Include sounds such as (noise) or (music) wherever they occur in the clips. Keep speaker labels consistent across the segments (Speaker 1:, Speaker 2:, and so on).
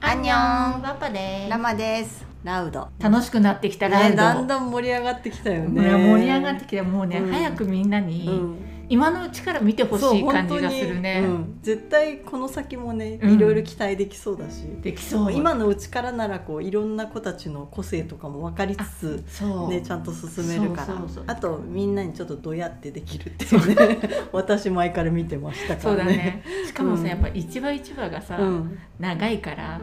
Speaker 1: アンニョン
Speaker 2: パパです
Speaker 1: ラマですラウド
Speaker 2: 楽しくなってきたラ
Speaker 1: ね
Speaker 2: イド、
Speaker 1: だんだん盛り上がってきたよ
Speaker 2: もう
Speaker 1: ね
Speaker 2: 盛り上がってきたもうね、
Speaker 1: うん
Speaker 2: 早くみんなに、
Speaker 1: うん
Speaker 2: 今のうちから見てほ
Speaker 1: そ
Speaker 2: し
Speaker 1: う
Speaker 2: い感じがするね
Speaker 1: 本当にうん絶対この先もね
Speaker 2: うん
Speaker 1: いろいろ期待できそうだし、
Speaker 2: できそう
Speaker 1: 今のうちからならこういろんな子たちの個性とかも分かりつ
Speaker 2: そ
Speaker 1: つ、
Speaker 2: う、
Speaker 1: ね、ちゃんと進めるから
Speaker 2: そうそうそう
Speaker 1: あとみんなにちょっとどうやってできるっていうね私前から見てましたか
Speaker 2: そうだ
Speaker 1: らね。
Speaker 2: ねしかもさ、
Speaker 1: うん
Speaker 2: やっぱ一話一話がさ、
Speaker 1: うん
Speaker 2: 長いから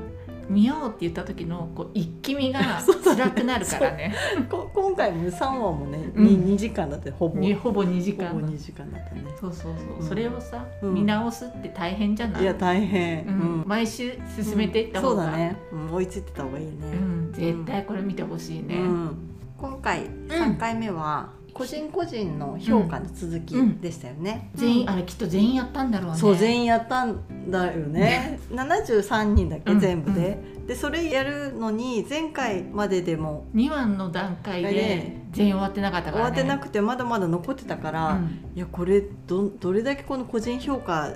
Speaker 2: 見ようって言った時のこう一気見
Speaker 1: (laughs)
Speaker 2: が辛くなるからね
Speaker 1: こ今回も3話もね、
Speaker 2: うん
Speaker 1: に2時間だってほぼ
Speaker 2: にほぼ2時間
Speaker 1: ほぼ2時間だったね
Speaker 2: そうそうそう、
Speaker 1: うん
Speaker 2: それをさ、
Speaker 1: うん
Speaker 2: 見直すって大変じゃない
Speaker 1: いや大変、
Speaker 2: うん毎週進めていった
Speaker 1: そ
Speaker 2: 方
Speaker 1: う
Speaker 2: が、
Speaker 1: だね、うん、追いついてた方がいいね、
Speaker 2: うん絶対これ見てほしいね、
Speaker 1: うん今回3回目は個人個人の評価の続きでしたよね、
Speaker 2: 全員、
Speaker 1: うん
Speaker 2: あれきっと全員やったんだろうね
Speaker 1: そう全員やったんだよ
Speaker 2: (laughs)
Speaker 1: ね73人だっけ、
Speaker 2: うん
Speaker 1: 全部で、でそれやるのに前回まででも
Speaker 2: 2話の段階で
Speaker 1: ね
Speaker 2: 全員終わってなかったか
Speaker 1: 終わ
Speaker 2: ら、
Speaker 1: っ
Speaker 2: ね、
Speaker 1: てなくてまだまだ残ってたから、
Speaker 2: うん
Speaker 1: いやこれどどれだけこの個人評価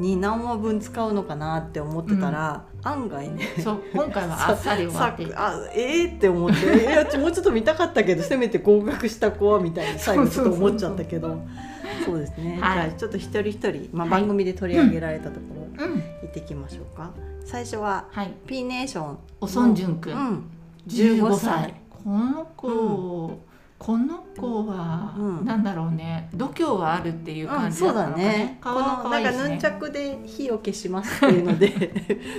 Speaker 1: に何話分使うのかなって思ってたら、案外ね
Speaker 2: そう今回
Speaker 1: (laughs)
Speaker 2: はあっさり終わっていた
Speaker 1: さあええって思っていやちょもうちょっと見たかったけどせめて合格した子はみたいに最後ちょっと思っちゃったけどそうですね、
Speaker 2: はい
Speaker 1: じゃあちょっと一人一人、まあ、
Speaker 2: はい
Speaker 1: 番組で取り上げられたところ、
Speaker 2: うん
Speaker 1: 行ってきましょうか最初は
Speaker 2: はい
Speaker 1: P ネーション
Speaker 2: おそんじゅんく
Speaker 1: うんん15歳
Speaker 2: この子、この子は、
Speaker 1: うん
Speaker 2: なんだろうね度胸はあるっていう
Speaker 1: う
Speaker 2: 感
Speaker 1: ん、
Speaker 2: じ
Speaker 1: そ
Speaker 2: だったの
Speaker 1: うだ
Speaker 2: か
Speaker 1: ね
Speaker 2: ね
Speaker 1: こ
Speaker 2: 顔は
Speaker 1: の
Speaker 2: 可
Speaker 1: な
Speaker 2: 愛
Speaker 1: ん
Speaker 2: い
Speaker 1: か
Speaker 2: し
Speaker 1: ヌン
Speaker 2: ね
Speaker 1: チャクで火を消しますっていう
Speaker 2: (laughs)
Speaker 1: ので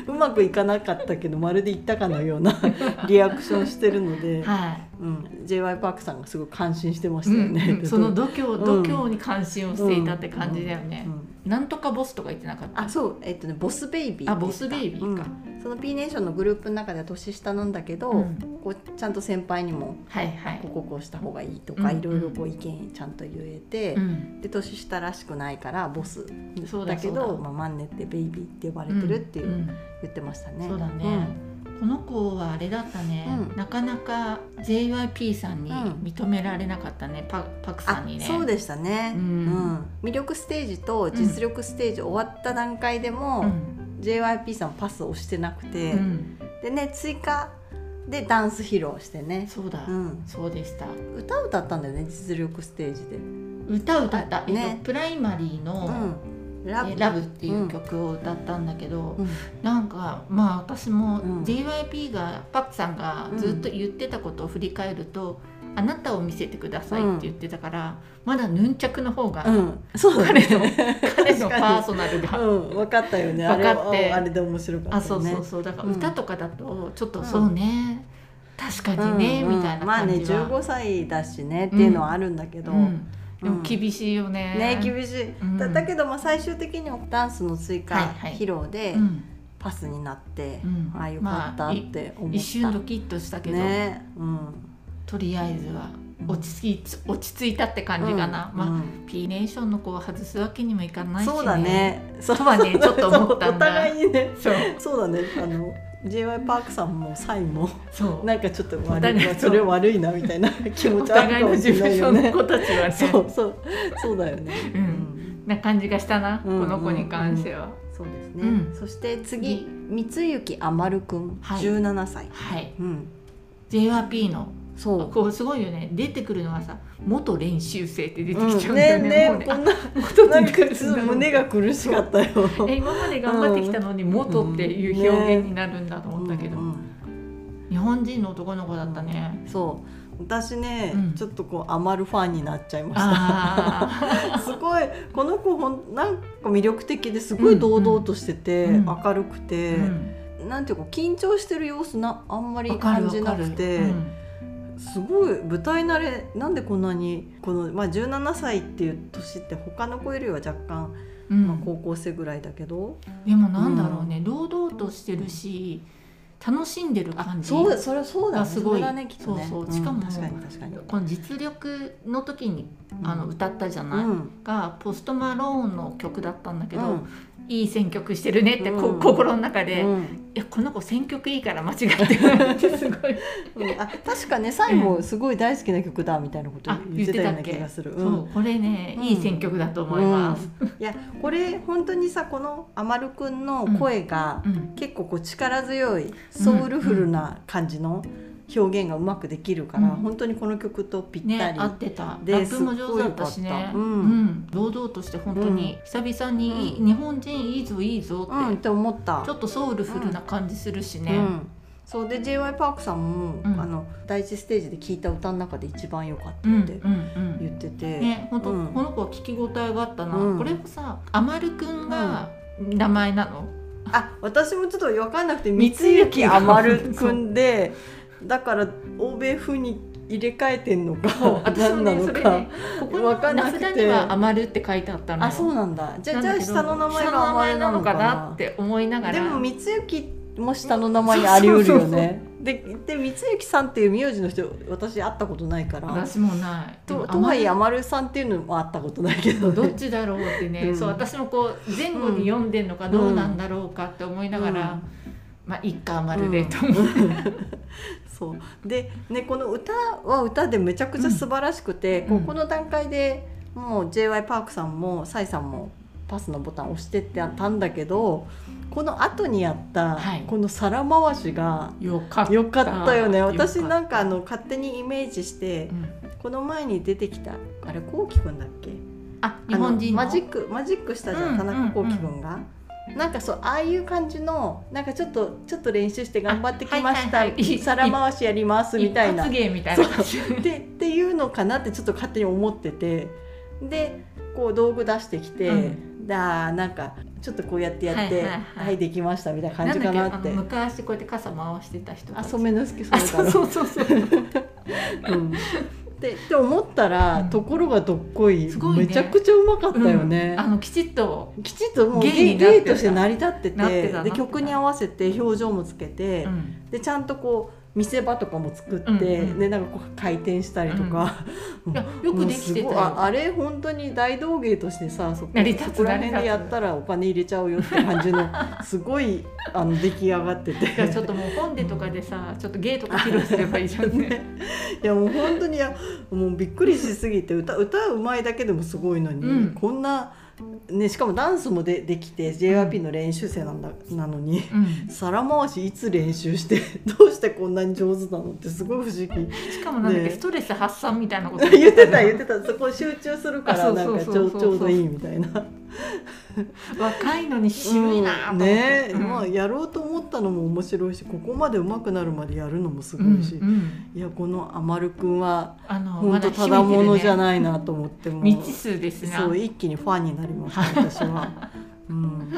Speaker 1: うまくいかなかったけどまるでいったかのような (laughs) リアクションしてるので、
Speaker 2: は
Speaker 1: うん、j y パークさんがすごく感心してま
Speaker 2: い、
Speaker 1: し
Speaker 2: う
Speaker 1: たよ
Speaker 2: ん
Speaker 1: ね。
Speaker 2: うんその度胸、
Speaker 1: ん
Speaker 2: 度胸に関心をしていたって感じだよね、
Speaker 1: うん
Speaker 2: なんとかボスとか言ってなかった
Speaker 1: あそうえっとねボスベイビー
Speaker 2: あボスベイビーか、
Speaker 1: うんその P ネーションのグループの中では年下なんだけど、
Speaker 2: うん
Speaker 1: こうちゃんと先輩にも
Speaker 2: はいはい
Speaker 1: こ、ここうした方がいいとか、
Speaker 2: うん
Speaker 1: いろいろこう意見ちゃんと言えて、
Speaker 2: うん、
Speaker 1: で年下らしくないからボス
Speaker 2: そうだ
Speaker 1: だけ
Speaker 2: そう
Speaker 1: ど
Speaker 2: だ
Speaker 1: まあ、マンネってベイビーって呼ばれてるっていう、
Speaker 2: ん
Speaker 1: 言ってました
Speaker 2: う
Speaker 1: ね
Speaker 2: んそうだね、この子はあれだったね、
Speaker 1: うん
Speaker 2: なかなか JYP さんに
Speaker 1: うん
Speaker 2: 認められなかったね、パパクさ
Speaker 1: あ
Speaker 2: んにね
Speaker 1: そうでしたね、
Speaker 2: うん
Speaker 1: 魅力ステージと実力ステージ終わった段階でも、
Speaker 2: うん、
Speaker 1: JYP さんパスをしてなくて、
Speaker 2: うん
Speaker 1: でね追加でダンス披露してね、
Speaker 2: そうだ、
Speaker 1: うん、
Speaker 2: そうでした
Speaker 1: 歌歌ったんだよね実力ステージで、う
Speaker 2: 歌歌った、えっと
Speaker 1: ね
Speaker 2: プライマリーの
Speaker 1: ん、
Speaker 2: 「
Speaker 1: ラブ
Speaker 2: えラブっていう曲を歌ったんだけど、
Speaker 1: うん
Speaker 2: なんかまあ私も
Speaker 1: うん
Speaker 2: JYP が、パクさんがずっと言ってたことを振り返ると「あなたを見せてください」って言ってたから、まだヌンチャクの方が、
Speaker 1: うん、そうだね
Speaker 2: 彼の彼の
Speaker 1: 確か
Speaker 2: パ
Speaker 1: に
Speaker 2: ーソナルが
Speaker 1: うん、分かったよねあれ
Speaker 2: 分かって
Speaker 1: あれで面白かった
Speaker 2: あ
Speaker 1: よね
Speaker 2: そうそうそうだから
Speaker 1: うん
Speaker 2: 歌とかだとちょっとそうね、確かにね、
Speaker 1: うんうん
Speaker 2: みたいな
Speaker 1: まあね
Speaker 2: 感じは、
Speaker 1: 15歳だしねっていうのはあるんだけど、
Speaker 2: うんで
Speaker 1: うん
Speaker 2: も厳しいよね、
Speaker 1: ね厳しい、
Speaker 2: ん
Speaker 1: だだけどまあ最終的にはダンスの追加
Speaker 2: はいはい
Speaker 1: 披露で
Speaker 2: うん
Speaker 1: パスになって、
Speaker 2: うん
Speaker 1: ああよかった
Speaker 2: まあ
Speaker 1: っ
Speaker 2: い
Speaker 1: て思った、
Speaker 2: 一瞬ドキッとしたけど、
Speaker 1: ね、うん、
Speaker 2: とりあえずは
Speaker 1: うん
Speaker 2: 落ち着き落ち着いたって感じかな、
Speaker 1: うん
Speaker 2: まあ、
Speaker 1: うん
Speaker 2: P ネーションの子を外すわけにもいかないし、ね、
Speaker 1: そうだね。そう
Speaker 2: とはねちょっと思った
Speaker 1: お
Speaker 2: んだ
Speaker 1: 互いにね。
Speaker 2: そう
Speaker 1: そうだね。あの J.Y. パークさんもサイ
Speaker 2: (laughs)
Speaker 1: ンも
Speaker 2: そう
Speaker 1: なんかちょっと
Speaker 2: お
Speaker 1: 悪
Speaker 2: 互
Speaker 1: い
Speaker 2: い
Speaker 1: それ悪いなみ
Speaker 2: (laughs)
Speaker 1: たいな気持
Speaker 2: お
Speaker 1: ちあ
Speaker 2: 互
Speaker 1: る
Speaker 2: い
Speaker 1: か
Speaker 2: の
Speaker 1: も
Speaker 2: 事
Speaker 1: し
Speaker 2: 務
Speaker 1: れないよ
Speaker 2: 所
Speaker 1: ね
Speaker 2: の。子たちはね
Speaker 1: そうそうそうだよね。
Speaker 2: うんな感じがしたな、
Speaker 1: うん
Speaker 2: この子に関しては、
Speaker 1: そうですね。
Speaker 2: うん
Speaker 1: そして次三幸あまるくん
Speaker 2: はい
Speaker 1: 十七歳。
Speaker 2: はい
Speaker 1: うん。
Speaker 2: JYP の
Speaker 1: そう。
Speaker 2: こうすごいよね出てくるのはさ元練習生って出てきちゃ
Speaker 1: う
Speaker 2: うんんだ
Speaker 1: ね
Speaker 2: よね,、もうね
Speaker 1: ねこん
Speaker 2: あ
Speaker 1: なことなんかちょっと胸が苦しかったよ。
Speaker 2: え今まで頑張ってきたのに元っていう表現になるんだと思ったけど、
Speaker 1: うんうん
Speaker 2: 日本人の男の子だったね、
Speaker 1: そう私ね、
Speaker 2: うん
Speaker 1: ちょっとこうアマルファンになっちゃいました。 (laughs)
Speaker 2: ああ
Speaker 1: すごいこの子ほんなんか魅力的ですごい堂々としてて、
Speaker 2: うんうん
Speaker 1: 明るくて、
Speaker 2: うん
Speaker 1: なんていうか緊張してる様子なあんまり
Speaker 2: わかる
Speaker 1: 感
Speaker 2: わ
Speaker 1: じ
Speaker 2: か
Speaker 1: な
Speaker 2: る
Speaker 1: くて、
Speaker 2: うん
Speaker 1: すごい舞台慣れなんでこんなにこの、まあ、17歳っていう年って他の子よりは若干、
Speaker 2: うん
Speaker 1: まあ、高校生ぐらいだけど、
Speaker 2: でもなんだろうね、堂々としてるし楽しんでる感じ
Speaker 1: そうそれそうだ、ね、
Speaker 2: あすごい
Speaker 1: それだねきっとね
Speaker 2: そうそうしかも
Speaker 1: ん確かに確かに、
Speaker 2: この実力の時にあの
Speaker 1: うん
Speaker 2: 歌ったじゃ
Speaker 1: う
Speaker 2: ない、
Speaker 1: ん
Speaker 2: がポストマローンの曲だったんだけど、
Speaker 1: うん
Speaker 2: いい選曲してるねってこ、
Speaker 1: うん
Speaker 2: 心の中で、
Speaker 1: う
Speaker 2: い
Speaker 1: ん
Speaker 2: やこの子選曲いいから間違ってないってすごい、
Speaker 1: うんあ確かねサイもすごい大好きな曲だみたいなこと
Speaker 2: あ
Speaker 1: 言ってたよう
Speaker 2: 言
Speaker 1: な
Speaker 2: ってたっけ
Speaker 1: 気がする。
Speaker 2: そううこれね、
Speaker 1: うん
Speaker 2: いい選曲だと思います。
Speaker 1: うん。いやこれ本当にさこのあまるくんの声が
Speaker 2: うん
Speaker 1: 結構こう力強いソウルフルな感じの表現がうまくできるから、
Speaker 2: うん
Speaker 1: 本当にこの曲とぴっ
Speaker 2: ね、
Speaker 1: たり。
Speaker 2: 合ってた
Speaker 1: で
Speaker 2: ラップも上手だったし
Speaker 1: すっごい良か
Speaker 2: ね
Speaker 1: っ、た
Speaker 2: う
Speaker 1: うんん
Speaker 2: 堂々として本当に久々にいい、
Speaker 1: う
Speaker 2: 日本人いいぞいいぞ
Speaker 1: うんっ
Speaker 2: って、
Speaker 1: て思った。
Speaker 2: ちょっとソウルフルな感じするしね、
Speaker 1: うんそうで j y パークさんも、
Speaker 2: うん
Speaker 1: あの第一ステージで聴いた歌の中で一番良かっ
Speaker 2: う
Speaker 1: た
Speaker 2: んう
Speaker 1: って
Speaker 2: ん
Speaker 1: 言ってて、
Speaker 2: うん、ね本当、
Speaker 1: うん
Speaker 2: この子は聞き応えがあったな、
Speaker 1: うん
Speaker 2: これもさあまるくんが名前なの、
Speaker 1: あ私もちょっと分かんなくて
Speaker 2: 光
Speaker 1: 光
Speaker 2: 行
Speaker 1: 行あまるくんでだから欧米風に入れ替えてんのか
Speaker 2: 私も
Speaker 1: (laughs) 何な
Speaker 2: ね
Speaker 1: の
Speaker 2: それ
Speaker 1: か
Speaker 2: ねここの
Speaker 1: わかん
Speaker 2: 名
Speaker 1: なくて
Speaker 2: 札には「あまる」って書いてあったのよ
Speaker 1: あそうなんだじゃあじ
Speaker 2: な
Speaker 1: ゃ
Speaker 2: んだけ
Speaker 1: あ
Speaker 2: ど
Speaker 1: 下の名前があまるなのか
Speaker 2: 下の名前なのかな
Speaker 1: な
Speaker 2: って思いながら
Speaker 1: でも光行も下の名前にありうるよねでで光行さんっていう名字の人私会ったことないから
Speaker 2: 私もないで
Speaker 1: と
Speaker 2: も
Speaker 1: とはいえ
Speaker 2: あ
Speaker 1: あ
Speaker 2: ま
Speaker 1: まるさんっていうのも会ったことないけど
Speaker 2: るどっ
Speaker 1: ね
Speaker 2: ちだろうってね、
Speaker 1: うん
Speaker 2: そう私もこう前後に読んでんのかどうなんだろうかって思いながら、
Speaker 1: うん
Speaker 2: まあ一家あまるで
Speaker 1: うん
Speaker 2: と思って、
Speaker 1: (laughs) そうで、ね、この歌は歌でめちゃくちゃ素晴らしくて、
Speaker 2: うん
Speaker 1: こう
Speaker 2: うん
Speaker 1: この段階でもう j y パークさんもサイさんもパスのボタンを押してってあったんだけどこの後にやった
Speaker 2: はい
Speaker 1: この皿回しが
Speaker 2: よかった
Speaker 1: 良かったよね、私
Speaker 2: よか
Speaker 1: な
Speaker 2: っ
Speaker 1: んかあの勝手にイメージして
Speaker 2: たうん
Speaker 1: この前に出てきたあれこうきくんだっけ
Speaker 2: あ
Speaker 1: あ
Speaker 2: 日
Speaker 1: の
Speaker 2: 本人の
Speaker 1: マジックマジックしたじゃん、
Speaker 2: うん
Speaker 1: 田中こうきくんが。なんかそうああいう感じのなんかちょっとちょっと練習して頑張ってきまし
Speaker 2: あ
Speaker 1: た、
Speaker 2: はいはいはい
Speaker 1: 皿回しやりますみたい
Speaker 2: 一
Speaker 1: な
Speaker 2: 発芸みたいな
Speaker 1: でっていうのかなってちょっと勝手に思っててでこう道具出してきて、
Speaker 2: う
Speaker 1: だなんかちょっとこうやってやって
Speaker 2: は
Speaker 1: はいい
Speaker 2: はいはい
Speaker 1: できましたみたいな感
Speaker 2: な
Speaker 1: じ
Speaker 2: んだ
Speaker 1: か
Speaker 2: っけあ
Speaker 1: なっ
Speaker 2: の
Speaker 1: て
Speaker 2: 昔こうやって傘回してた人た
Speaker 1: あ
Speaker 2: ち
Speaker 1: 染めのすきさ
Speaker 2: あ
Speaker 1: んだ
Speaker 2: そ
Speaker 1: か
Speaker 2: う
Speaker 1: ら
Speaker 2: そうそうそう
Speaker 1: うんでって思ったら、
Speaker 2: うん
Speaker 1: ところがどっこい
Speaker 2: すごいね
Speaker 1: めちゃくちゃうまかったよね、
Speaker 2: あのきちっと、
Speaker 1: きちっともう
Speaker 2: 芸
Speaker 1: 芸
Speaker 2: になってた
Speaker 1: 芸として成り立ってて
Speaker 2: なってたなって
Speaker 1: で
Speaker 2: た
Speaker 1: 曲に合わせて表情もつけて、でちゃんとこう見せ場とかも作って、
Speaker 2: うんうん
Speaker 1: でなんかこう回転したりとか、
Speaker 2: いやよくできてた
Speaker 1: もうすごい
Speaker 2: よ
Speaker 1: ああれ本当に大道芸としてさそこ
Speaker 2: 成り立つ
Speaker 1: そこら辺でやったらお金入れちゃうよって感じ
Speaker 2: (laughs)
Speaker 1: のすごいあの出来上がってて
Speaker 2: だからちょっともう本でとかでさちょっと芸とか披露すればいいじゃん
Speaker 1: (laughs)
Speaker 2: ね
Speaker 1: いやもう本当にいやもうびっくりしすぎて歌歌うまいだけでもすごいのに、
Speaker 2: うん
Speaker 1: こんな、ね、しかもダンスもでできて JYP の練習生なんだなのに。
Speaker 2: うん
Speaker 1: 皿回しいつ練習して (laughs) どうしてこんなに上手なのってすごい不思議 (laughs)
Speaker 2: しかもなんだっけ、
Speaker 1: ね
Speaker 2: ストレス発散みたいなこと
Speaker 1: 言ってた
Speaker 2: よ
Speaker 1: 言ってたそこ集中するか
Speaker 2: あそ
Speaker 1: ら
Speaker 2: う
Speaker 1: な
Speaker 2: そ
Speaker 1: ん
Speaker 2: う
Speaker 1: か
Speaker 2: そう
Speaker 1: ちょう
Speaker 2: そう
Speaker 1: ちょうどいいみたいな
Speaker 2: 若いのに (laughs) 渋いなと
Speaker 1: う
Speaker 2: 思
Speaker 1: ん
Speaker 2: って、
Speaker 1: ね
Speaker 2: うん
Speaker 1: まあやろうと思ったのも面白いしここまで上手くなるまでやるのもす
Speaker 2: う
Speaker 1: ご
Speaker 2: ん
Speaker 1: いし、
Speaker 2: うん
Speaker 1: いやこのあまるくんは
Speaker 2: あのま
Speaker 1: 本
Speaker 2: だ
Speaker 1: 当
Speaker 2: 秘
Speaker 1: た
Speaker 2: め
Speaker 1: だ
Speaker 2: て
Speaker 1: も
Speaker 2: る
Speaker 1: のじゃ
Speaker 2: ね
Speaker 1: ないなと思ってもう
Speaker 2: 未知数ですね
Speaker 1: そう一気にファンになりました私
Speaker 2: (laughs)
Speaker 1: は。うん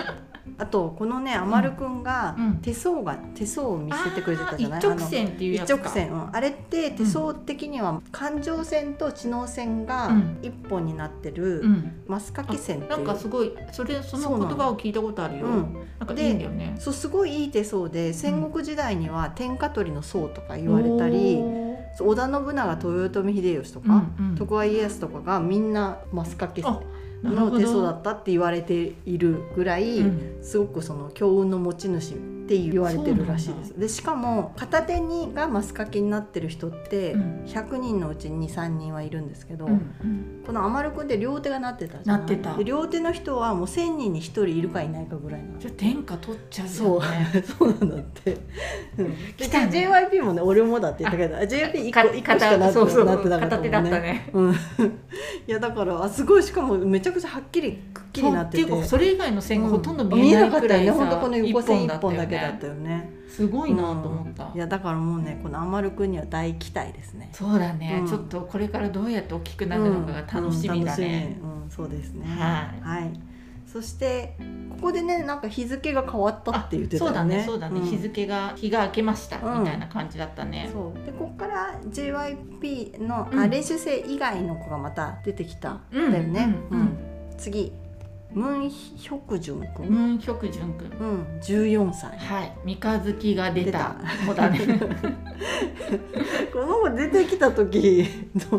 Speaker 1: あとこのねあまるくんが
Speaker 2: うん
Speaker 1: 手相が手相を見せてくれてたじゃない
Speaker 2: あー一直線っていうや
Speaker 1: 一
Speaker 2: つか
Speaker 1: 直線、うんあれって手相的には環状線と知能線が
Speaker 2: うん
Speaker 1: 一本になってる
Speaker 2: うん
Speaker 1: マスカキ線って
Speaker 2: ないん
Speaker 1: う、
Speaker 2: かすごいそれその
Speaker 1: そうな
Speaker 2: 言
Speaker 1: の
Speaker 2: 葉を聞いたことあるよ、
Speaker 1: うん
Speaker 2: なんかいいんだよね
Speaker 1: そうすごいいい手相で戦国時代には天下取りの相とか言われた
Speaker 2: お
Speaker 1: り、
Speaker 2: ー
Speaker 1: そう織田信長豊臣秀吉と
Speaker 2: うん
Speaker 1: か、
Speaker 2: うん
Speaker 1: 徳川家康とかがみんなマスカキ
Speaker 2: あ
Speaker 1: 線
Speaker 2: なるほ
Speaker 1: の
Speaker 2: ど
Speaker 1: 手相だったって言われているぐらい、
Speaker 2: うん
Speaker 1: すごくその強運の持ち主って言われてるらしいで
Speaker 2: そう
Speaker 1: す。でしかも片手にがマスカキになってる人って、
Speaker 2: うん
Speaker 1: 100人のうちに3人はいるんですけど、
Speaker 2: うんうん
Speaker 1: このアマルくんって両手がなってたじゃん
Speaker 2: なってた
Speaker 1: で両手の人はもう1,000人に1人いるかいないかぐらいな
Speaker 2: じゃあ天下取っちゃう
Speaker 1: そ
Speaker 2: よ
Speaker 1: う
Speaker 2: ね
Speaker 1: (laughs) そうなんだって、うん、
Speaker 2: 来たね
Speaker 1: で JYP もね俺もだって言ったけど JYP1 個一個しかなって
Speaker 2: そうそう
Speaker 1: なってなかった
Speaker 2: 片
Speaker 1: もん
Speaker 2: 手だった
Speaker 1: ね
Speaker 2: ね
Speaker 1: うん、い (laughs) やだからあすごいしかもめちゃくちゃはっきりくっきりなってて
Speaker 2: そうっていうかそれ以外の線がほとんど見
Speaker 1: 見
Speaker 2: え
Speaker 1: え
Speaker 2: な
Speaker 1: ないかっ
Speaker 2: く
Speaker 1: た
Speaker 2: ら
Speaker 1: よ
Speaker 2: い
Speaker 1: ね
Speaker 2: さ、
Speaker 1: 本当この横線
Speaker 2: 一
Speaker 1: 1本だけだった
Speaker 2: よね
Speaker 1: よね
Speaker 2: すごいなと思った、
Speaker 1: いやだからもうねこのアマルくんには大期待ですね
Speaker 2: そうだね、
Speaker 1: うん
Speaker 2: ちょっとこれからどうやって大きくなるのかが楽しみだね、、
Speaker 1: うんうん、そうですね
Speaker 2: はい
Speaker 1: そしてここでねなんか日付が変わった
Speaker 2: あ
Speaker 1: って言ってた
Speaker 2: そうだ
Speaker 1: よ
Speaker 2: ね
Speaker 1: ね
Speaker 2: そうだね、
Speaker 1: ん
Speaker 2: 日付が日が明けました、
Speaker 1: うん
Speaker 2: みたいな感じだったね
Speaker 1: そうでここから JYP の、
Speaker 2: うん
Speaker 1: あ練習生以外の子がまた出てきたんだ
Speaker 2: う
Speaker 1: よね、
Speaker 2: うん
Speaker 1: 次ムン・ヒョクジュン
Speaker 2: う
Speaker 1: 君、
Speaker 2: ん、ムンヒョクジュン君
Speaker 1: うん、14歳
Speaker 2: はい三日月が出た
Speaker 1: 出
Speaker 2: 子だね
Speaker 1: (laughs) この子出てきた (laughs) 時のちょ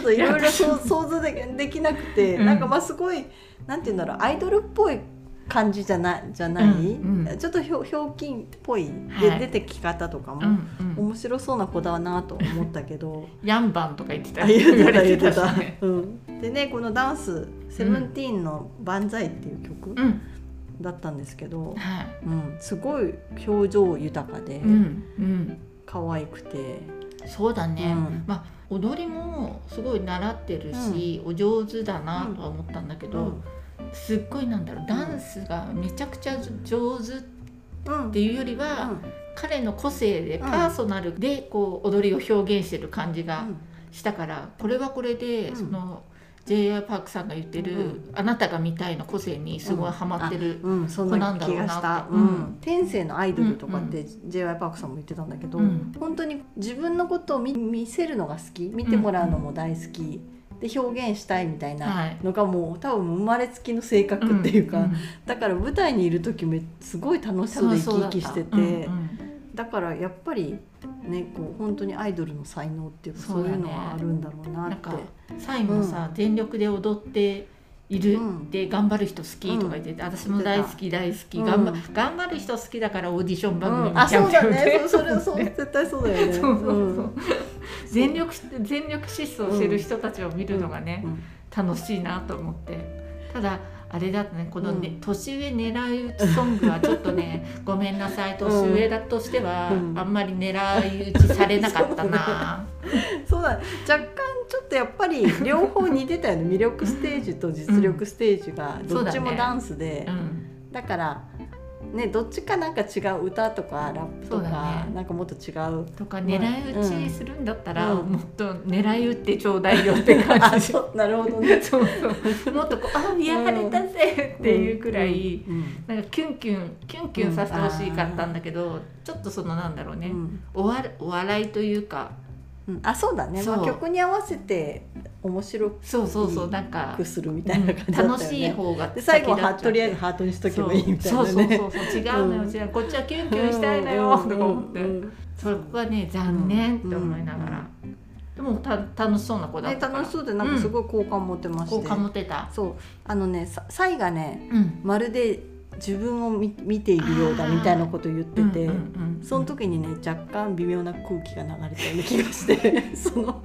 Speaker 1: っといろいろ想像でできなくて、
Speaker 2: うん
Speaker 1: なんかまあすごいなんて言うんだろうアイドルっぽい感じじゃないじゃない、
Speaker 2: うんうん
Speaker 1: ちょっとひょひょうきんっぽい、
Speaker 2: は
Speaker 1: で
Speaker 2: い
Speaker 1: 出てき方とか
Speaker 2: う
Speaker 1: も、
Speaker 2: んうん、
Speaker 1: 面白そうな子だなと思ったけど
Speaker 2: ヤンバンとか言ってた
Speaker 1: あ言ってた
Speaker 2: (laughs)
Speaker 1: 言って
Speaker 2: したね、
Speaker 1: うん、でねこのダンス「セブンティーンの「万歳」っていう曲
Speaker 2: うん、
Speaker 1: だったんですけど、
Speaker 2: はい、
Speaker 1: うん、すごい表情豊かで
Speaker 2: うん、うん、
Speaker 1: 可愛くて、
Speaker 2: そうだね、
Speaker 1: うん
Speaker 2: まあ踊りもすごい習ってるし、お上手だなとは思ったんだけど、すっごいなんだろうダンスがめちゃくちゃ上手っ
Speaker 1: うん
Speaker 2: ていうよりは、彼の個性で
Speaker 1: ん
Speaker 2: パーソナルでこう踊りを表現してる感じがしたからこれはこれで
Speaker 1: うん
Speaker 2: その J.R. パークさんが言ってる、
Speaker 1: う
Speaker 2: あなたが見たいの個性にすごいハマってる、
Speaker 1: うん、そんな気
Speaker 2: こ
Speaker 1: がした。う
Speaker 2: れなんだろうなってうん
Speaker 1: ん、天性のアイドルとかって J.Y. パークさんも言ってたんだけど、
Speaker 2: うん
Speaker 1: 本当に自分のことを見見せるのが好き、見てもらうのも大好き、で表現したいみたいな
Speaker 2: はい
Speaker 1: のがもう多分生まれつきの性格っていうか、
Speaker 2: んん
Speaker 1: だから舞台にいる時めすごい楽しそうで生き生きし
Speaker 2: 楽しそうだっ
Speaker 1: てて、
Speaker 2: たうんうん
Speaker 1: だからやっぱりねこう本当にアイドルの才能っていうか
Speaker 2: そ
Speaker 1: そう
Speaker 2: うだ
Speaker 1: い
Speaker 2: ね
Speaker 1: うのはあるんだろう
Speaker 2: な
Speaker 1: なっ
Speaker 2: ん
Speaker 1: て
Speaker 2: か。サイもさ、全力で踊っている
Speaker 1: うん
Speaker 2: で頑張る人好きとか言ってて、私も大好き大好き、
Speaker 1: うん
Speaker 2: 頑張頑張る人好きだからオーディション番組
Speaker 1: う
Speaker 2: に
Speaker 1: んあ
Speaker 2: ちゃ
Speaker 1: そ
Speaker 2: んと
Speaker 1: うだ
Speaker 2: 呼ん
Speaker 1: ね
Speaker 2: で
Speaker 1: そうそれそう絶対そうだよ
Speaker 2: (laughs)
Speaker 1: ね。
Speaker 2: そうそうそう、
Speaker 1: ん
Speaker 2: 全力して全力疾走してる人たちを見るのがね、
Speaker 1: うん
Speaker 2: 楽しいなと思ってただあれだとねこのね、
Speaker 1: うん
Speaker 2: 年上狙い撃ちソングはちょっと
Speaker 1: (laughs)
Speaker 2: ねごめんなさい年上だとしては、
Speaker 1: うん
Speaker 2: あんまり狙い撃ちされなかったな、
Speaker 1: そうだ若干ちょっとやっぱり両方似てたよね魅力ステージと実力ステージが
Speaker 2: ん
Speaker 1: どっ
Speaker 2: そう
Speaker 1: ち
Speaker 2: だ
Speaker 1: も
Speaker 2: ね
Speaker 1: ダンスで、
Speaker 2: うん、
Speaker 1: だから、ね、どっちかなんか違う歌とかラップと
Speaker 2: そうだ
Speaker 1: か、
Speaker 2: ね
Speaker 1: なんかもっと違う。
Speaker 2: とか狙い撃ちするんだったら、
Speaker 1: うん
Speaker 2: もっと狙い撃ってちょうだいよって (laughs) 感
Speaker 1: (laughs) あ
Speaker 2: じ
Speaker 1: そうなるほど
Speaker 2: (laughs)
Speaker 1: ね。
Speaker 2: そうそうもっとこうあ見破れたぜっていうくらい、
Speaker 1: うん
Speaker 2: なんかキュンキュンキュンキュンさせてほしかったんだけど、ちょっとそのなんだろう
Speaker 1: う
Speaker 2: ね、
Speaker 1: ん
Speaker 2: おわるお笑いというか
Speaker 1: うんあそうだね、
Speaker 2: そう
Speaker 1: まあ、曲に合わせて面白
Speaker 2: そうそうそう
Speaker 1: いい
Speaker 2: なんか
Speaker 1: くするみたいな感じだったよね。
Speaker 2: 楽しい方が
Speaker 1: で最後
Speaker 2: 先立
Speaker 1: は
Speaker 2: っちゃう
Speaker 1: とりあえずハートにしとけばいいみたいなね。
Speaker 2: そうそうそうそう違うのよ、
Speaker 1: うん
Speaker 2: 違うこっちはキュンキュンしたいのよ、とか思って、
Speaker 1: うんうんうん
Speaker 2: そこはね残念って思いながら、でもた楽しそうな子だっ
Speaker 1: ね
Speaker 2: たから
Speaker 1: 楽しそうでなんかすごい好感持ってまして、
Speaker 2: 好感持てた、
Speaker 1: そうあのねさサイがね
Speaker 2: うん、
Speaker 1: まるで自分を見見ているようだみたいなことを言ってて、
Speaker 2: うんうんうん
Speaker 1: その時にね若干微妙な空気が流れたような気がし
Speaker 2: (laughs)
Speaker 1: てその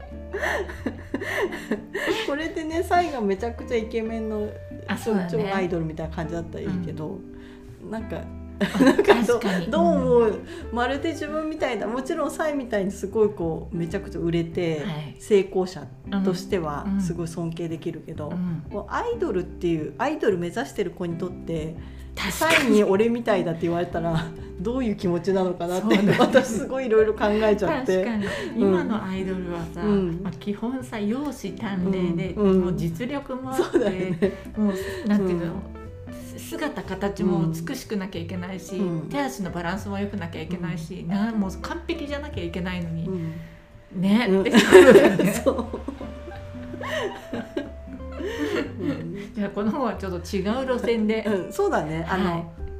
Speaker 1: これでねサイがめちゃくちゃイケメンの
Speaker 2: あ
Speaker 1: 超
Speaker 2: そうだね
Speaker 1: 超アイドルみたいな感じだったらいいけど、なんか。
Speaker 2: なん
Speaker 1: なんか
Speaker 2: 確
Speaker 1: ど
Speaker 2: かに
Speaker 1: どう思う、まるで自分みたいだもちろんサイみたいにすごいこうめちゃくちゃ売れて、
Speaker 2: はい
Speaker 1: 成功者
Speaker 2: うん
Speaker 1: としては
Speaker 2: うん
Speaker 1: すごい尊敬できるけど、
Speaker 2: うん
Speaker 1: こうアイドルっていうアイドル目指してる子にとって
Speaker 2: 確
Speaker 1: サ
Speaker 2: か
Speaker 1: イ
Speaker 2: に
Speaker 1: に俺みたいだって言われ
Speaker 2: (laughs)
Speaker 1: たらどういう気持ちなのかなっていうのを
Speaker 2: そうだね
Speaker 1: 私すごいいろいろ考えちゃっ
Speaker 2: 確
Speaker 1: て
Speaker 2: かに今のアイドルはさ、
Speaker 1: うん
Speaker 2: まあ、基本さ容姿端麗で、
Speaker 1: うんうん
Speaker 2: もう実力もあって
Speaker 1: そうだよね
Speaker 2: もうなんていうの、姿形も美しくなきゃいけないし、
Speaker 1: うん
Speaker 2: 手足のバランスも良くなきゃいけないし、なもう完璧じゃなきゃいけないのに、
Speaker 1: うん
Speaker 2: ね、
Speaker 1: う
Speaker 2: (laughs)
Speaker 1: ん
Speaker 2: ってそうだよね
Speaker 1: そう、うん
Speaker 2: じゃあこの方はちょっと違う路線で、
Speaker 1: うん、そうだねあの、
Speaker 2: は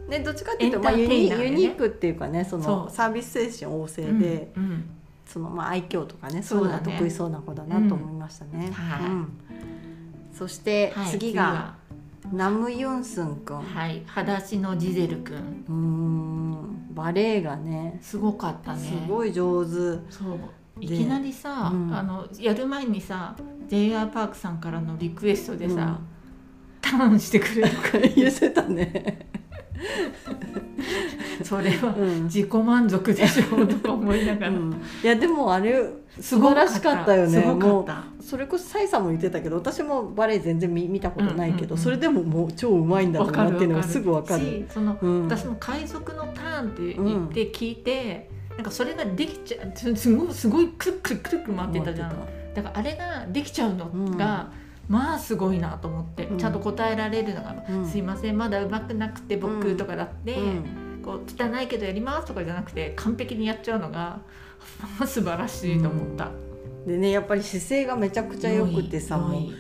Speaker 2: い
Speaker 1: ね、どっちかっていうと、
Speaker 2: エン
Speaker 1: ま
Speaker 2: タ
Speaker 1: あ、
Speaker 2: ー
Speaker 1: ユ
Speaker 2: テイ
Speaker 1: ニ
Speaker 2: ナーでね
Speaker 1: ユニークっていうかねその
Speaker 2: そう
Speaker 1: サービス精神旺盛で、
Speaker 2: うん
Speaker 1: そのまあ愛嬌とかねそういうのが
Speaker 2: そうだね
Speaker 1: 得意そうな子だなと思いましたね。
Speaker 2: んはい
Speaker 1: うんそして
Speaker 2: はい
Speaker 1: 次が、ナム・ユンスン君
Speaker 2: 次ははい裸足のジゼルくん
Speaker 1: うーんバレエがね
Speaker 2: すごかったね
Speaker 1: すごい上手。
Speaker 2: そうい
Speaker 1: で
Speaker 2: きなりさ、
Speaker 1: うん
Speaker 2: あのやる前にさ JR パークさんからのリクエストでさ、
Speaker 1: うん
Speaker 2: ターンしてくれとか
Speaker 1: (laughs) 言ってたね。
Speaker 2: それは
Speaker 1: うん
Speaker 2: 自己満足でしょとか思いながら、
Speaker 1: うんいやでもあれ素晴らしかったよ
Speaker 2: す
Speaker 1: ね
Speaker 2: ご
Speaker 1: も
Speaker 2: かっ
Speaker 1: う
Speaker 2: た
Speaker 1: それこそサイさんも言ってたけど私もバレエ全然見見たことないけ
Speaker 2: うん
Speaker 1: ど、
Speaker 2: うんうん
Speaker 1: それでももう超うまいんだろうなっていうのがすぐわかる。
Speaker 2: しその、
Speaker 1: うん
Speaker 2: 私も海賊のターンって言って聞いて、なんかそれができちゃうすすごいすごいくるくるくるくる回ってたじゃんだからあれができちゃうのが、まあすごいなと思って、
Speaker 1: うん
Speaker 2: ちゃんと答えられるのが「
Speaker 1: うん
Speaker 2: すいませんまだうまくなくて
Speaker 1: う
Speaker 2: 僕」
Speaker 1: ん
Speaker 2: とかだって、
Speaker 1: うん
Speaker 2: こう汚いけどやりますとかじゃなくて完璧にやっちゃうのが (laughs) まあ素晴らしいと思った。
Speaker 1: でねやっぱり姿勢がめちゃくちゃ良くてさ
Speaker 2: 良い
Speaker 1: も
Speaker 2: 良
Speaker 1: う
Speaker 2: い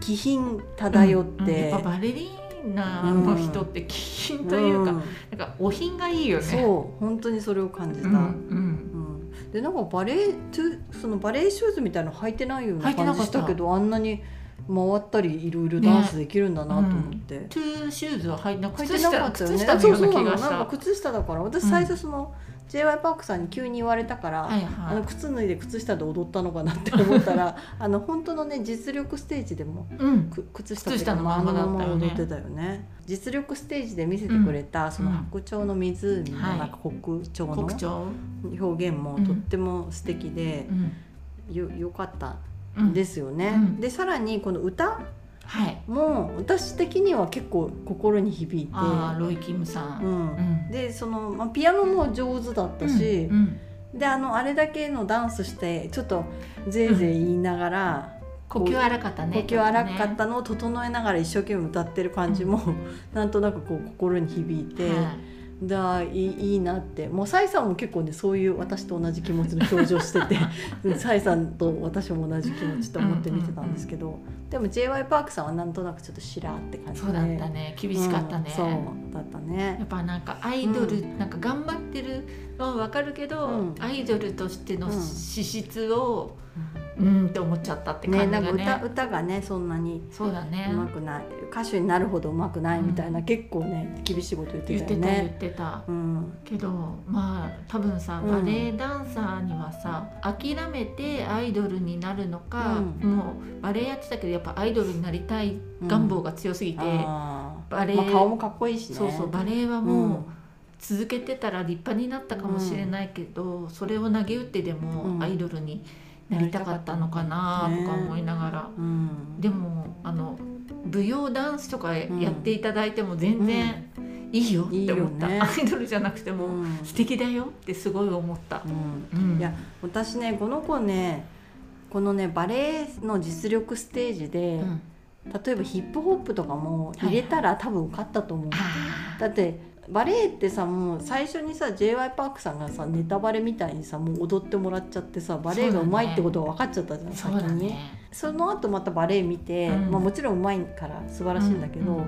Speaker 1: 気品漂っ
Speaker 2: うんうん
Speaker 1: て、
Speaker 2: やっぱバレリーナの人って気品というか、
Speaker 1: ん
Speaker 2: なんかお品がいいよね。
Speaker 1: そう本当にそれを感じた。
Speaker 2: う
Speaker 1: うん
Speaker 2: うん
Speaker 1: んでなんかバレエトゥそのバレエシューズみたいなの履いてないような
Speaker 2: 履いて
Speaker 1: 感
Speaker 2: なか
Speaker 1: じ
Speaker 2: っ
Speaker 1: したたけどあんなに回ったりいろいろダンスできるんだなと思って、
Speaker 2: トゥーシューズは履いてなく
Speaker 1: 履い
Speaker 2: 靴
Speaker 1: てな
Speaker 2: 下
Speaker 1: かったよ
Speaker 2: 靴
Speaker 1: ね
Speaker 2: 下の
Speaker 1: そう
Speaker 2: ような
Speaker 1: そうな
Speaker 2: 気
Speaker 1: のな
Speaker 2: が
Speaker 1: ん
Speaker 2: した
Speaker 1: か靴下だから私最初その、j y パークさんに急に言われたから、
Speaker 2: はい
Speaker 1: あ
Speaker 2: は
Speaker 1: の
Speaker 2: い
Speaker 1: 靴脱いで靴下で踊ったのかなって思っ
Speaker 2: (laughs)
Speaker 1: たらあの本当のね実力ステージでも
Speaker 2: うん
Speaker 1: く靴下ってい
Speaker 2: 靴
Speaker 1: うか
Speaker 2: 下のまんまだったよね
Speaker 1: あの踊ってたよね実力ステージで見せてくれた、その白鳥の湖のなんか北鳥の
Speaker 2: 国鳥
Speaker 1: 表現もとっても素敵で
Speaker 2: う、ん
Speaker 1: よよかった
Speaker 2: うん
Speaker 1: ですよね、
Speaker 2: うん
Speaker 1: でさらにこの歌
Speaker 2: はい
Speaker 1: も私的には結構心に響いて、
Speaker 2: ああロイキムさ
Speaker 1: うんん
Speaker 2: うん
Speaker 1: でその、まあ、ピアノも上手だったし、
Speaker 2: うんうん
Speaker 1: であのあれだけのダンスしてちょっとぜいぜい言いながら、
Speaker 2: (laughs) 呼吸荒かったね
Speaker 1: 呼吸荒かったのを整えながら一生懸命歌ってる感じも、 (laughs) なんとなくこう心に響いて、
Speaker 2: はい
Speaker 1: だいいいいなってもうサイさんも結構ねそういう私と同じ気持ちの表情してて
Speaker 2: (laughs)
Speaker 1: うんサイさんと私も同じ気持ちと思って見てたんですけど、でも j y パークさんはなんとなくちょっとしらーって感じで
Speaker 2: そうだったね厳しかったね、
Speaker 1: うんそうだったね
Speaker 2: やっぱなんかアイドル、なんか頑張ってるのはわかるけど、
Speaker 1: うん
Speaker 2: アイドルとしての
Speaker 1: うん
Speaker 2: 資質をうんって思っちゃったって感
Speaker 1: ね
Speaker 2: じ
Speaker 1: な
Speaker 2: が
Speaker 1: んか
Speaker 2: ね
Speaker 1: 歌歌がねそんなに
Speaker 2: そうだ
Speaker 1: う
Speaker 2: ね
Speaker 1: まくない、歌手になるほどうまくないみたいな、
Speaker 2: うん
Speaker 1: 結構ね厳しいこと言って
Speaker 2: 言ったて
Speaker 1: よ
Speaker 2: た言っ
Speaker 1: ね。
Speaker 2: てた
Speaker 1: うん
Speaker 2: けどまあ多分さ
Speaker 1: うん
Speaker 2: バレエダンサーにはさ、諦めてアイドルになるのか、
Speaker 1: うん
Speaker 2: もうバレエやってたけどやっぱアイドルになりたい願望が強すぎて、
Speaker 1: あー
Speaker 2: バレエ
Speaker 1: まあ、顔もかっこいいしね。
Speaker 2: そうそうバレエは
Speaker 1: うん
Speaker 2: もう続けてたら立派になったかもしれないけど、それを投げ打ってで
Speaker 1: うん
Speaker 2: もアイドルになりたかったのかなとか思いながら、
Speaker 1: うん
Speaker 2: でもあの舞踊ダンスとかやっていただいても全然いいよって思った、
Speaker 1: いいよね
Speaker 2: アイドルじゃなくても
Speaker 1: うん
Speaker 2: 素敵だよってすごい思った
Speaker 1: う。ん
Speaker 2: うん
Speaker 1: いや私ねこの子ねこのねバレエの実力ステージで、
Speaker 2: うん
Speaker 1: 例えばヒップホップとかも入れたら、多分受かったと思う。
Speaker 2: あ
Speaker 1: だってバレエってさもう最初にさ j y パークさんがさネタバレみたいにさもう踊ってもらっちゃってさバレエがうまいってことが分かっちゃったじゃん、
Speaker 2: ー
Speaker 1: 先
Speaker 2: そうだ
Speaker 1: に
Speaker 2: ね
Speaker 1: その後またバレエ見て、
Speaker 2: うん
Speaker 1: まあ、もちろんうまいから素晴らしいんだけど、
Speaker 2: うんうんう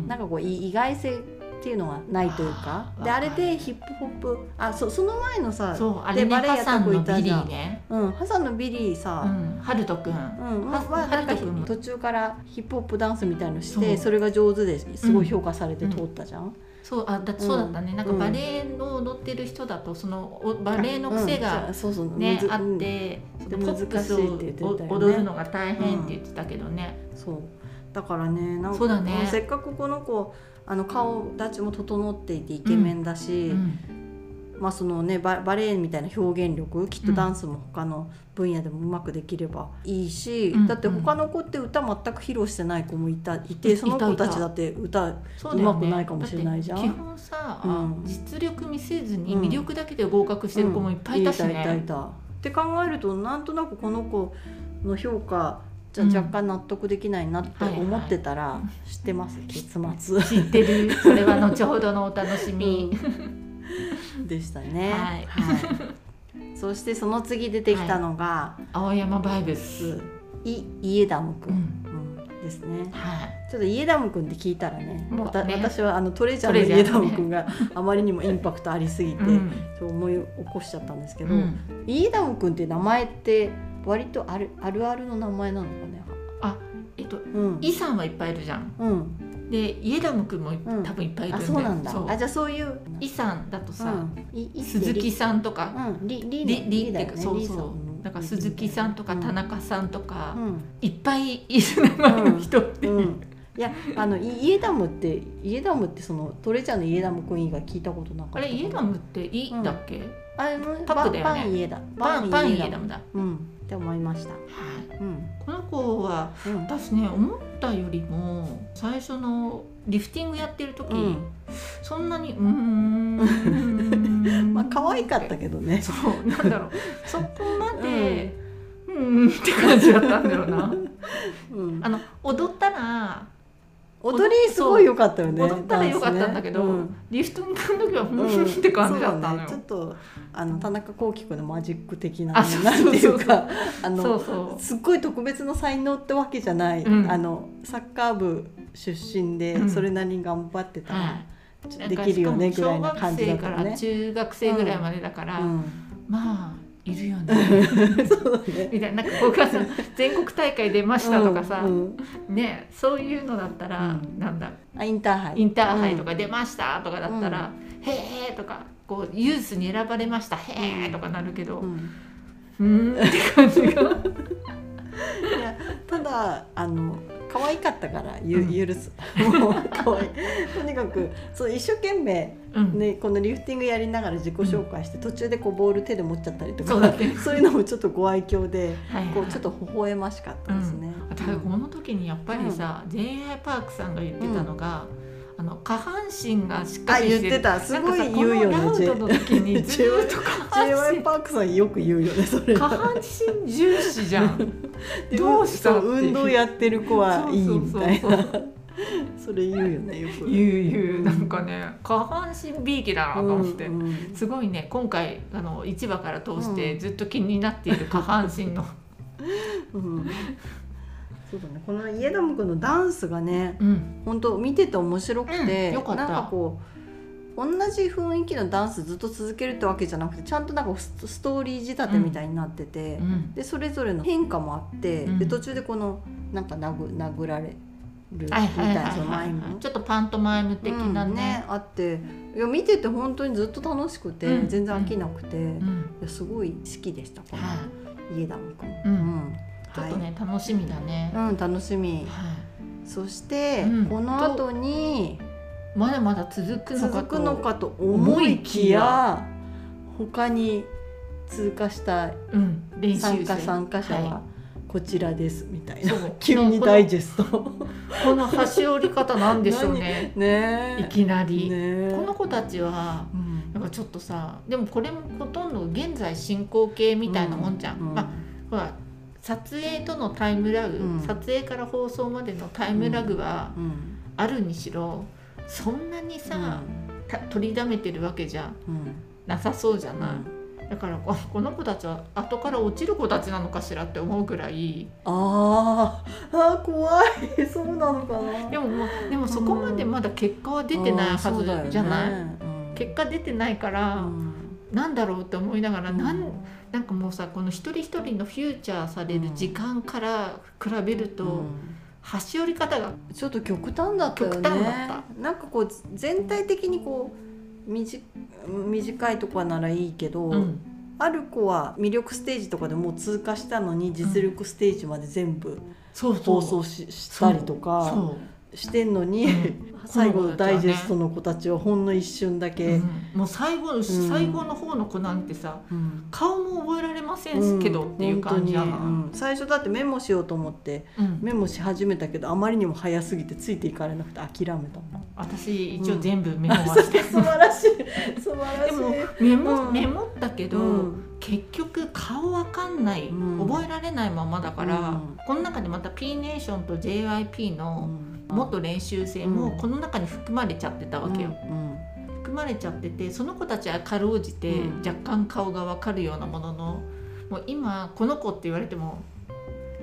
Speaker 2: ん
Speaker 1: なんかこうい意外性っていうのがないというか
Speaker 2: あー
Speaker 1: で
Speaker 2: わ
Speaker 1: あ
Speaker 2: か
Speaker 1: れ
Speaker 2: る
Speaker 1: でヒップホップあそその前のさ
Speaker 2: そうあれね
Speaker 1: バレエやっ
Speaker 2: ハ
Speaker 1: た
Speaker 2: サン
Speaker 1: 子
Speaker 2: の
Speaker 1: い
Speaker 2: ビ
Speaker 1: たじ
Speaker 2: リ
Speaker 1: ゃん
Speaker 2: ーね、
Speaker 1: うん、ハサンのビリー
Speaker 2: う
Speaker 1: さ、
Speaker 2: ん、ハルト君
Speaker 1: うんまあ
Speaker 2: は
Speaker 1: まあ、なん
Speaker 2: は
Speaker 1: か
Speaker 2: るとくんも
Speaker 1: 途中からヒップホップダンスみたいのし
Speaker 2: そ
Speaker 1: て
Speaker 2: う
Speaker 1: それが上手ですごい評価されて通ったじゃん。
Speaker 2: そうあだそうだったね、なんか
Speaker 1: うん
Speaker 2: バレエを踊ってる人だとそのおバレエの癖
Speaker 1: う
Speaker 2: が
Speaker 1: んそうそうそう
Speaker 2: ね、
Speaker 1: むず
Speaker 2: あ
Speaker 1: うん
Speaker 2: って、ポ
Speaker 1: で
Speaker 2: ップスを
Speaker 1: 難しいって言ってたよね
Speaker 2: お踊るのが大変って言ってたけどね、
Speaker 1: そうだからねなん
Speaker 2: そう
Speaker 1: か
Speaker 2: だね
Speaker 1: せっかくこの子あの顔立ちも整っていてイケメンだ
Speaker 2: う
Speaker 1: し、
Speaker 2: ん
Speaker 1: まあそのねババレエみたいな表現力きっとダンスも他の分野でもうまくできればいいし、
Speaker 2: うん
Speaker 1: だって他の子って歌全く披露してない子もいたいて
Speaker 2: い
Speaker 1: その
Speaker 2: いた
Speaker 1: 子
Speaker 2: いた
Speaker 1: たちだって歌
Speaker 2: そうだよね
Speaker 1: うまくないかもしれないじゃん
Speaker 2: だって基本さ、あ
Speaker 1: うん
Speaker 2: 実力見せずに魅力だけで合格してる子もいっぱいいたし
Speaker 1: うんいたいたい
Speaker 2: ね、
Speaker 1: たって考えるとなんとなくこの子の評価じゃ
Speaker 2: うん
Speaker 1: 若干納得できないなって思ってたら、知ってます結
Speaker 2: (laughs)
Speaker 1: 末
Speaker 2: 知ってるそれは後ほどのお楽しみ、
Speaker 1: でしたね。
Speaker 2: はい
Speaker 1: はいそしてその次出てきたのが、
Speaker 2: 青山バイブス、
Speaker 1: い、イエダムく、
Speaker 2: うんん
Speaker 1: うんですね。
Speaker 2: はい、
Speaker 1: ちょっとイエダムくんって聞いたらね、
Speaker 2: もう
Speaker 1: わた
Speaker 2: ね
Speaker 1: 私はあのトレジャーの
Speaker 2: トレジ
Speaker 1: イ
Speaker 2: ャー
Speaker 1: エダムくんがあまりにもインパクトありすぎて、
Speaker 2: うん
Speaker 1: そう思い起こしちゃったんですけど、
Speaker 2: うん
Speaker 1: イエダムくんって名前って割とあるあるあるの名前なのかね。
Speaker 2: えっと
Speaker 1: うん。
Speaker 2: イさんはいっぱいいるじゃん
Speaker 1: うん。
Speaker 2: で家田むくんもいっ
Speaker 1: うん
Speaker 2: 多分いっぱいいる
Speaker 1: あ、
Speaker 2: んだ
Speaker 1: そ
Speaker 2: よ、
Speaker 1: うなんだ
Speaker 2: そ。
Speaker 1: あ、じゃあそういう。
Speaker 2: イさんだとさ、
Speaker 1: うん、いい
Speaker 2: 鈴木
Speaker 1: さ
Speaker 2: さんとか、
Speaker 1: ん。うん、りり
Speaker 2: りりってか、
Speaker 1: だよね
Speaker 2: そう
Speaker 1: りさ
Speaker 2: そ
Speaker 1: ん
Speaker 2: う、なんか鈴木さんとか
Speaker 1: う
Speaker 2: 田中さんと
Speaker 1: う
Speaker 2: か、
Speaker 1: ん。
Speaker 2: いっぱいいる名前の人っていう、
Speaker 1: うん、いやあのいイエダムってイエダムってそのトレジャーのイエダム君以外聞いたことなかった
Speaker 2: あれ家田むっていいんだっけ、
Speaker 1: あれも
Speaker 2: パックだよね
Speaker 1: パンイエダ
Speaker 2: パンパン
Speaker 1: ダ
Speaker 2: 家田むだ、は
Speaker 1: うんって思いました
Speaker 2: い、
Speaker 1: うん
Speaker 2: この子は
Speaker 1: うん
Speaker 2: 私ね思ったよりも最初のリフティングやってる時、
Speaker 1: うん
Speaker 2: そんなにうーん
Speaker 1: (laughs) まあ可愛かったけどね
Speaker 2: そうなんだろう
Speaker 1: (laughs)
Speaker 2: そこまで、うん、って感じだったんだろうな。
Speaker 1: (laughs) うん
Speaker 2: あの踊ったら
Speaker 1: 踊りすごい良かったよね
Speaker 2: 踊ったらよかったんだけど、
Speaker 1: ダンスね
Speaker 2: リフトン君の時は
Speaker 1: う
Speaker 2: ふ
Speaker 1: ん
Speaker 2: んふんって感じだった
Speaker 1: そ
Speaker 2: の
Speaker 1: う
Speaker 2: よ。
Speaker 1: ねちょっとあの田中幸喜君のマジック的な
Speaker 2: あそう
Speaker 1: なんていう
Speaker 2: そ (laughs)
Speaker 1: かあの
Speaker 2: そうそう。
Speaker 1: すっごい特別な才能ってわけじゃない、
Speaker 2: うん
Speaker 1: あのサッカー部出身で、
Speaker 2: うん
Speaker 1: それなりに頑張ってた
Speaker 2: は
Speaker 1: ら
Speaker 2: い、
Speaker 1: ちょっとできるよね
Speaker 2: なんか
Speaker 1: ぐらいな感じだっ
Speaker 2: しか
Speaker 1: た
Speaker 2: も小学生か
Speaker 1: ね
Speaker 2: ら。中学生ぐらいまでだから、
Speaker 1: うん
Speaker 2: まあいるよね
Speaker 1: そうだね
Speaker 2: みたいななんか僕はさ全国大会出ましたとかさ、
Speaker 1: うんうん
Speaker 2: ねそういうのだったら、
Speaker 1: うん
Speaker 2: なんだ
Speaker 1: あインターハイ
Speaker 2: インターハイとか出ましたとかだったら「へえ」とかこうユースに選ばれました「へえ」とかなるけど
Speaker 1: う
Speaker 2: うんーんって感じ
Speaker 1: (laughs)
Speaker 2: が
Speaker 1: いやただあの可愛かったからゆ、
Speaker 2: うん
Speaker 1: 許す (laughs) もう可愛いとにかくそう一生懸命、
Speaker 2: うん
Speaker 1: ね、このリフティングやりながら自己紹介して、途中でこうボール手で持っちゃったりとか
Speaker 2: そうだね
Speaker 1: (laughs) そういうのもちょっとご愛嬌で
Speaker 2: はいはい
Speaker 1: こうちょっと微笑ましかったですね。
Speaker 2: だからこの時にやっぱりさ、ジェイアイパークさんが言ってたのが、あの下半身がしっか
Speaker 1: あ
Speaker 2: り
Speaker 1: 言っ
Speaker 2: してて
Speaker 1: たすごい
Speaker 2: なんかさ
Speaker 1: 言うよね
Speaker 2: このラウンドの時にずーっと下
Speaker 1: j
Speaker 2: 半
Speaker 1: y
Speaker 2: 身
Speaker 1: パークさんよく言うよねそれ
Speaker 2: 下半身重視じゃ
Speaker 1: (laughs)
Speaker 2: ん
Speaker 1: で
Speaker 2: どうした
Speaker 1: そ
Speaker 2: っていう
Speaker 1: 運動やってる子はいいみたい
Speaker 2: そうそう
Speaker 1: なそれ言うよねよ
Speaker 2: ゆ
Speaker 1: く
Speaker 2: うゆうなんかね下半身びいきだなと思って、
Speaker 1: うんうん
Speaker 2: すごいね今回あの市場から通し
Speaker 1: う
Speaker 2: て
Speaker 1: ん
Speaker 2: ずっと気になっている下半身
Speaker 1: (laughs)
Speaker 2: の
Speaker 1: うんそうだねこの家ダム君のダンスがね
Speaker 2: うん
Speaker 1: 本当見てて面白くて、
Speaker 2: うんよかった
Speaker 1: なんかこう同じ雰囲気のダンスずっと続けるってわけじゃなくてちゃんとなんかスストーリー仕立てみたいになってて、
Speaker 2: うん
Speaker 1: でそれぞれの変化もあって、
Speaker 2: うん
Speaker 1: で途中でこのなんか殴殴られるみた
Speaker 2: はいいはいはい
Speaker 1: なその
Speaker 2: は
Speaker 1: 前
Speaker 2: い
Speaker 1: も
Speaker 2: ちょっとパントマイム的な
Speaker 1: うん
Speaker 2: ね,、
Speaker 1: あっていや見てて本当にずっと楽しくて、
Speaker 2: うん
Speaker 1: 全然飽きなくて、
Speaker 2: う
Speaker 1: い
Speaker 2: ん
Speaker 1: やすごい好きでしたこ
Speaker 2: はい
Speaker 1: の家ダム君。
Speaker 2: うん
Speaker 1: うん
Speaker 2: ちょっと
Speaker 1: は
Speaker 2: ね、楽しみだね、
Speaker 1: いうん、楽し
Speaker 2: は
Speaker 1: み
Speaker 2: い
Speaker 1: そして、
Speaker 2: うん
Speaker 1: この後に
Speaker 2: まだまだ続くのかと
Speaker 1: 続くのかと思いきや他に通過した
Speaker 2: うん、練習
Speaker 1: 参
Speaker 2: 生
Speaker 1: 加参加者は
Speaker 2: は
Speaker 1: こちらですみたいな、
Speaker 2: そう (laughs)
Speaker 1: 急にダイジェスト
Speaker 2: いこの (laughs) 端折り方なんでしょうね
Speaker 1: (laughs) ねえ
Speaker 2: いきなり、
Speaker 1: ねえ
Speaker 2: この子たちは
Speaker 1: うん
Speaker 2: なんかちょっとさでもこれもほとんど現在進行形みたいなもんじゃん、
Speaker 1: うん
Speaker 2: まあほら撮影とのタイムラグ、
Speaker 1: うん
Speaker 2: 撮影から放送までのタイムラグは
Speaker 1: うん
Speaker 2: あるにしろそんなにさ、た取りだめてるわけじゃ
Speaker 1: うん
Speaker 2: なさそうじゃ
Speaker 1: うん
Speaker 2: ない、だからここの子たちは後から落ちる子たちなのかしらって思うぐらい
Speaker 1: あーあー怖い (laughs) そうなのかな
Speaker 2: で
Speaker 1: も
Speaker 2: ももうでもそこまでまだ結果は出てないはずじゃない、結果出てないから、なんだろうって思いながら、なんなんかもうさこの一人一人のフューチャーされる時間から比べると、端折り方が
Speaker 1: ちょっと極端だったよね
Speaker 2: 極端だっ
Speaker 1: なんかこう全体的にこう短短いとこならいいけど、
Speaker 2: うん
Speaker 1: ある子は魅力ステージとかでもう通過したのに実力ステージまで全部
Speaker 2: そうそう
Speaker 1: 放送し,、したりとか
Speaker 2: そ
Speaker 1: してんの
Speaker 2: う、
Speaker 1: に、
Speaker 2: うん
Speaker 1: (laughs) 最後のダイジェストの子たちはほんの一瞬だけ、
Speaker 2: うんもう最後、最後の方の子なんてさ
Speaker 1: うん
Speaker 2: 顔も覚えられませんけどっていう感じや
Speaker 1: 本当に
Speaker 2: な、
Speaker 1: うん最初だってメモしようと思って
Speaker 2: うん
Speaker 1: メモし始めたけどあまりにも早すぎてついていかれなくて諦め
Speaker 2: (laughs)
Speaker 1: たもん
Speaker 2: 私一応全部メモはして、
Speaker 1: 素晴らしい素晴らし
Speaker 2: で
Speaker 1: い
Speaker 2: もメモ、
Speaker 1: うん
Speaker 2: メモったけど、
Speaker 1: うん
Speaker 2: 結局顔わかんない、
Speaker 1: うん
Speaker 2: 覚えられないままだから、
Speaker 1: うん
Speaker 2: この中でまた P ネーションと JYP
Speaker 1: う
Speaker 2: の
Speaker 1: ん
Speaker 2: 元練習生
Speaker 1: う
Speaker 2: も
Speaker 1: ん
Speaker 2: この中に含まれちゃってたわけよ、
Speaker 1: うん
Speaker 2: 含まれちゃっててその子たちはかろうじて
Speaker 1: うん
Speaker 2: 若干顔がわかるようなもののもう今この子って言われても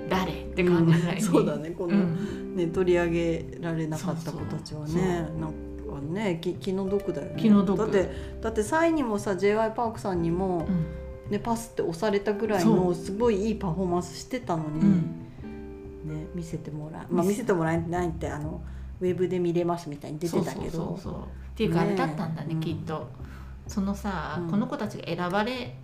Speaker 2: 誰って感じぐらいに、
Speaker 1: そうだねこ
Speaker 2: う
Speaker 1: の、
Speaker 2: ん
Speaker 1: ね取り上げられなかった子たちは
Speaker 2: そうそう
Speaker 1: ねなんかねき気の毒だよね
Speaker 2: 気の毒
Speaker 1: だってだってサイにもさ j y パークさんにも
Speaker 2: う、ん
Speaker 1: ね、パスって押されたぐらい
Speaker 2: そ
Speaker 1: のすごいいいパフォーマンスしてたのに、
Speaker 2: うん
Speaker 1: ね、見せてもらう、まあ、見せてもらえないってあのウェブで見れますみたいに出て
Speaker 2: そ
Speaker 1: たけ
Speaker 2: うそう
Speaker 1: ど
Speaker 2: そうそうっていうかあ
Speaker 1: ねえ
Speaker 2: れだったんだね
Speaker 1: うん
Speaker 2: きっとそのさ、
Speaker 1: うん
Speaker 2: この子たちが選ばれ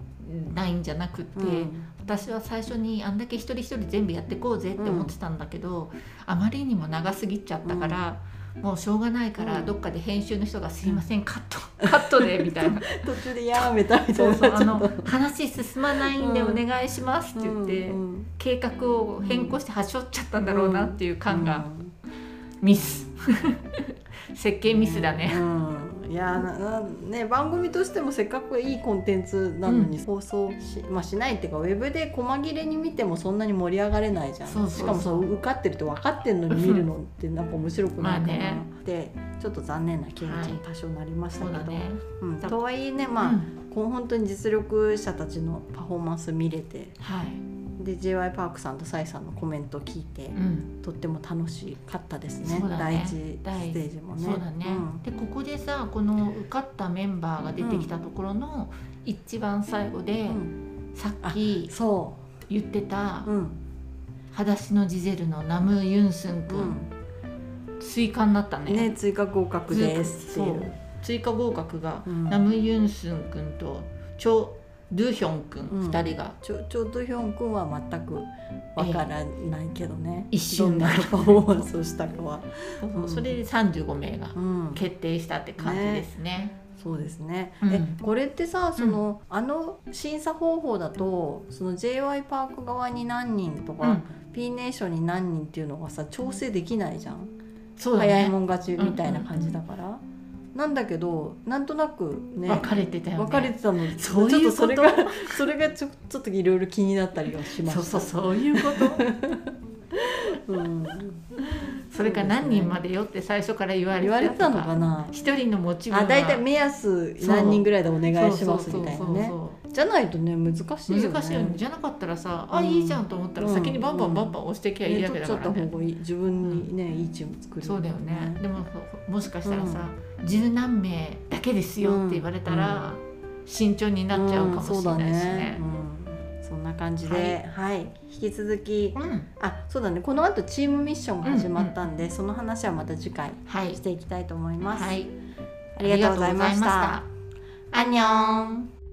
Speaker 2: ないんじゃなくて、
Speaker 1: うん
Speaker 2: 私は最初にあんだけ一人一人全部やってこうぜって思ってたんだけど、あまりにも長すぎちゃったから、もうしょうがないから、
Speaker 1: うん
Speaker 2: どっかで編集の人が「すいませんカットカットで」みた
Speaker 1: (laughs)
Speaker 2: いな
Speaker 1: 途中でやめたみた
Speaker 2: そ
Speaker 1: いうな
Speaker 2: そうあ
Speaker 1: ちょっ
Speaker 2: の
Speaker 1: と
Speaker 2: 話進まないんでお願いしますって言って、
Speaker 1: うんうん
Speaker 2: 計画を変更してはしょっちゃったんだろうなっていう感が、ミス設計ミスだね。
Speaker 1: うん、いやななね番組としてもせっかくいいコンテンツなのに、放送し,、まあ、しないっていうかウェブで細切れに見てもそんなに盛り上がれないじゃん
Speaker 2: そうそうそう
Speaker 1: しかもその受かってるって分かってるのに見るのってなんか面白くないかな、
Speaker 2: まあね
Speaker 1: でちょっと残念な気持ち
Speaker 2: はい
Speaker 1: に多少なりました
Speaker 2: そう
Speaker 1: けど、
Speaker 2: だね、
Speaker 1: うん、とはいえねまあ、
Speaker 2: うん
Speaker 1: こう本当に実力者たちのパフォーマンス見れて
Speaker 2: はい、
Speaker 1: で j y パークさんとサイさんのコメント聞いて、
Speaker 2: うん、
Speaker 1: とっても楽しかったですね
Speaker 2: そうだね
Speaker 1: 第一ステージもね。
Speaker 2: そうだね、
Speaker 1: うん
Speaker 2: でここでさこの受かったメンバーが出てきたところの一番最後で、
Speaker 1: うん
Speaker 2: さっき
Speaker 1: そ
Speaker 2: 言ってた
Speaker 1: う、うん
Speaker 2: 「裸足のジゼル」のナム・ユンスン
Speaker 1: う
Speaker 2: 君、
Speaker 1: ん、
Speaker 2: 追加になったね
Speaker 1: ね追加合格ですってい
Speaker 2: ずっ
Speaker 1: う
Speaker 2: とそう追加合格が、
Speaker 1: うん
Speaker 2: ナム・ユンスン君とチョ・ドゥヒョン君
Speaker 1: うん
Speaker 2: 2人が
Speaker 1: ちょちょうどヒョン君は全くわからないけどね、
Speaker 2: 一瞬だ
Speaker 1: どんなパフォーマンスをしたかは、
Speaker 2: そう
Speaker 1: うん
Speaker 2: それで35名が
Speaker 1: うん、
Speaker 2: 決定したって感じですね。
Speaker 1: そうですね、
Speaker 2: うん
Speaker 1: えこれってさその、あの審査方法だとその j y パーク側に何人と
Speaker 2: う
Speaker 1: か、
Speaker 2: ん、
Speaker 1: P ネーションに何人っていうのがさ調整できないじゃん、
Speaker 2: そうだ
Speaker 1: 早い
Speaker 2: ね
Speaker 1: もん勝ちみたいな感じだから、なんだけどなんとなくね
Speaker 2: 分かれてたよね。
Speaker 1: 分かれてたの
Speaker 2: そう
Speaker 1: ち
Speaker 2: い
Speaker 1: ょ
Speaker 2: う
Speaker 1: っと
Speaker 2: こと
Speaker 1: それが (laughs) それがちょちょっといろいろ気になったりはしました
Speaker 2: そうそうそういうこと
Speaker 1: うん
Speaker 2: それから何人までよって最初から言われ
Speaker 1: 言われてたのかな
Speaker 2: 一人の持ち分
Speaker 1: あ
Speaker 2: は
Speaker 1: 大体目安何人ぐらいでお願いしますみたいなね
Speaker 2: そう
Speaker 1: じゃないとね難しいよね
Speaker 2: 難しいよねじゃなかったらさ、
Speaker 1: う
Speaker 2: あ
Speaker 1: ん
Speaker 2: いいじゃんと思ったら
Speaker 1: うん
Speaker 2: 先にバンバンバンバン押してきゃいい
Speaker 1: ね
Speaker 2: わけ
Speaker 1: 取
Speaker 2: だ
Speaker 1: っちゃ
Speaker 2: か
Speaker 1: った
Speaker 2: ら
Speaker 1: 方
Speaker 2: ね
Speaker 1: がいい自分にね、いいチーム作る
Speaker 2: そうだよねでももしかしたらさ、十何名だけです
Speaker 1: う
Speaker 2: よ
Speaker 1: ん
Speaker 2: って言われたら、慎重になっちゃうかもしれないしね
Speaker 1: う。んそうだねうんそんな感じで、はい、引き続き
Speaker 2: うん
Speaker 1: あそうだねこの後チームミッションが始まったんで、その話はまた次回
Speaker 2: はい
Speaker 1: していきたいと思います。
Speaker 2: はい、
Speaker 1: ありがとうございました。
Speaker 2: ありがとうございました。アンニョン。